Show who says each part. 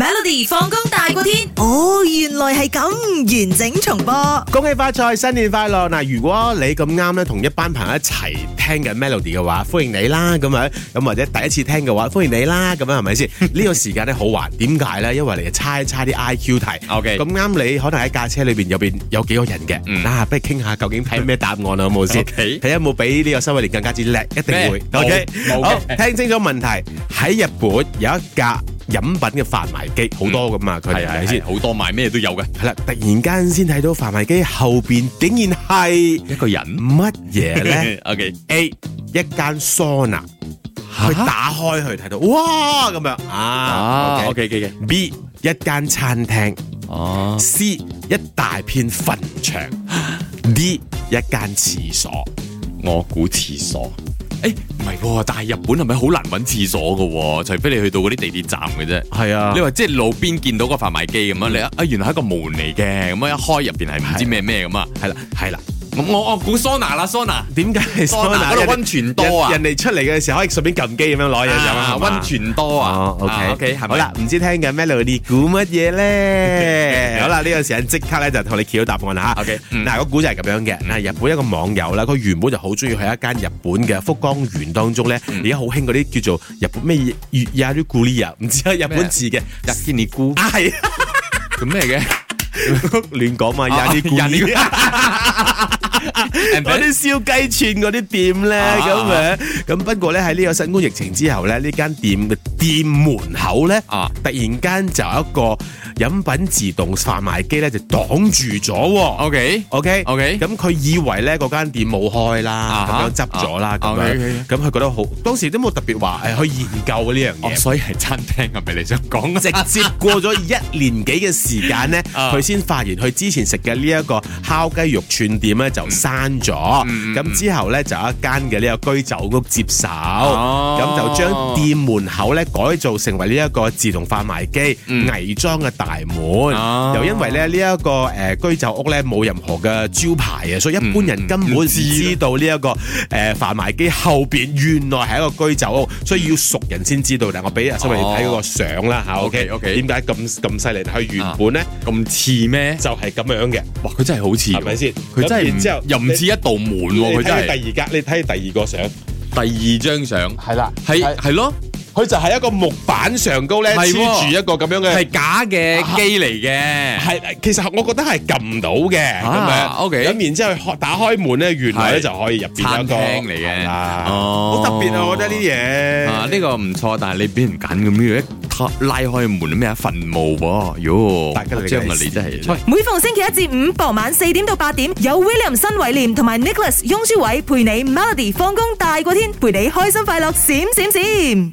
Speaker 1: Melody 放工大過天，哦，原來係咁，完整重播。
Speaker 2: 恭喜發財，新年快樂！嗱，如果你咁啱咧，同一班朋友一齊聽緊 Melody 嘅話，歡迎你啦，咁樣咁或者第一次聽嘅話，歡迎你啦，咁樣係咪先？ 呢個時間咧好玩，點解咧？因為你猜一猜啲 I Q 題。
Speaker 3: OK
Speaker 2: 咁啱你可能喺架車裏邊入邊有幾個人
Speaker 3: 嗯
Speaker 2: 嘅，啊，不如傾下究竟睇咩答案啊，好冇先？
Speaker 3: OK
Speaker 2: 睇有冇比呢個收尾年更加之叻，一定會
Speaker 3: 咩。
Speaker 2: OK，
Speaker 3: 冇冇嘅
Speaker 2: 好，聽清楚問題。喺日本有一架飲品嘅販賣機，好多噶嘛，佢哋係咪先？
Speaker 3: 好多賣咩都有嘅，
Speaker 2: 系啦，突然間先睇到販賣機後边竟然係
Speaker 3: 一個人
Speaker 2: 乜嘢 咧
Speaker 3: O K，
Speaker 2: ？A 一間桑拿，佢打開佢睇到，哇咁樣啊
Speaker 3: 啊
Speaker 2: ，OK。
Speaker 3: ，O K，O K，
Speaker 2: B 一間餐廳
Speaker 3: 哦，
Speaker 2: ，C 一大片墳場，D 一間廁所。
Speaker 3: 我估廁所。誒唔係喎，但係日本係咪好難揾廁所嘅喎？除非你去到嗰啲地鐵站嘅啫。
Speaker 2: 係啊嗯
Speaker 3: 你話即係路邊見到個販賣機咁樣，你啊啊原來係一個門嚟嘅，咁樣一開入邊係唔知咩咩咁啊。
Speaker 2: 係啦，係啦。
Speaker 3: 我我我估桑拿啦，桑拿。
Speaker 2: 點解係
Speaker 3: 桑拿
Speaker 2: 拿
Speaker 3: 嗰度
Speaker 2: 人哋
Speaker 3: 溫泉多啊
Speaker 2: 人人哋出嚟嘅時候可以順便撳機咁樣攞嘢飲
Speaker 3: 啊
Speaker 2: 啊，係嘛
Speaker 3: 温泉多啊
Speaker 2: 哦。，OK
Speaker 3: ，O K，係咪？
Speaker 2: 好啦，，唔知聽緊 Melody 估乜嘢 咧？好啦，呢個時間即刻咧就同你揭到答案啦嚇。
Speaker 3: OK，嗯
Speaker 2: 嗱個故仔係咁樣嘅，嗱日本一個網友啦，佢原本就好中意去一間日本嘅福岡園當中咧，
Speaker 3: 嗯
Speaker 2: 而家好興嗰啲叫做日本咩月亞啲古里啊，唔知係日本字嘅
Speaker 3: 日見你估
Speaker 2: 啊 係
Speaker 3: 咁咩 嘅
Speaker 2: 亂講嘛，亞啲古
Speaker 3: 啊
Speaker 2: 里。
Speaker 3: ？And
Speaker 2: 嗰
Speaker 3: then-
Speaker 2: 啲燒雞串嗰啲店咧
Speaker 3: 啊
Speaker 2: 咁樣，咁不過咧喺呢個新冠疫情之後咧，呢間店嘅店門口咧，
Speaker 3: 啊
Speaker 2: 突然間就有一個飲品自動販賣機咧就擋住咗喎。
Speaker 3: O K。
Speaker 2: OK
Speaker 3: 哦 OK
Speaker 2: 咁佢以為咧嗰間店冇開啦，咁
Speaker 3: 啊
Speaker 2: 樣執咗啦，咁
Speaker 3: 啊
Speaker 2: 樣，咁佢覺得好，當時都冇特別話誒去研究呢樣
Speaker 3: 哦，
Speaker 2: 嘢。
Speaker 3: 所以係餐廳係咪你想講？
Speaker 2: 直接過咗一年幾嘅時間呢，
Speaker 3: 啊
Speaker 2: 佢先發現佢之前食嘅呢一個烤雞肉串店呢就閂咗，
Speaker 3: 嗯嗯
Speaker 2: 咁之後呢，就有一間嘅呢個居酒屋接手，
Speaker 3: 哦
Speaker 2: 咁就將店門口呢改造成為呢一個自動販賣機
Speaker 3: 嗯
Speaker 2: 偽裝嘅大門，
Speaker 3: 哦
Speaker 2: 又因為咧呢一個呃誒居酒屋呢冇任何嘅招牌啊，所以一般人根本唔
Speaker 3: 嗯唔知啊
Speaker 2: 知道呢一個誒販賣機後邊原來係一個居酒屋，所以要熟人先知道。嗱，我俾阿蘇明睇嗰個相啦嚇，OK
Speaker 3: 哦 OK，OK 啊
Speaker 2: 點解咁咁犀利？佢原本咧
Speaker 3: 咁似咩？
Speaker 2: 就係咁樣嘅，
Speaker 3: 哇！佢真係好似喎，
Speaker 2: 係咪先
Speaker 3: 佢真
Speaker 2: 咁然之
Speaker 3: 係
Speaker 2: 後
Speaker 3: 唔又唔似一道門
Speaker 2: 你
Speaker 3: 喎，佢
Speaker 2: 睇
Speaker 3: 真係
Speaker 2: 佢第二格，你睇佢第二個相，
Speaker 3: 第二張相，
Speaker 2: 係啦，
Speaker 3: 係係咯，
Speaker 2: 佢就係一個木板上高咧黐
Speaker 3: 係喎
Speaker 2: 住一個咁樣嘅，
Speaker 3: 係假嘅
Speaker 2: 啊
Speaker 3: 機嚟 嘅，
Speaker 2: 係其實我覺得係撳到嘅咁
Speaker 3: 啊
Speaker 2: 樣
Speaker 3: OK
Speaker 2: 咁然之後開打開門咧，原來咧
Speaker 3: 係
Speaker 2: 就可以入邊有一個
Speaker 3: 餐廳嚟嘅
Speaker 2: 係啦
Speaker 3: 哦
Speaker 2: 好特別啊！我覺得呢啲嘢
Speaker 3: 啊呢個唔錯，但係你俾人揀咁樣一拖拉開門咩啊墳墓喎，喲！
Speaker 2: 大家嚟緊
Speaker 3: 張啊你真係
Speaker 1: 每逢星期一至五傍晚四點到八點，有 William 新偉廉同埋 Nicholas 雍舒偉陪你 Melody 放工大過天，陪你開心快樂閃閃閃。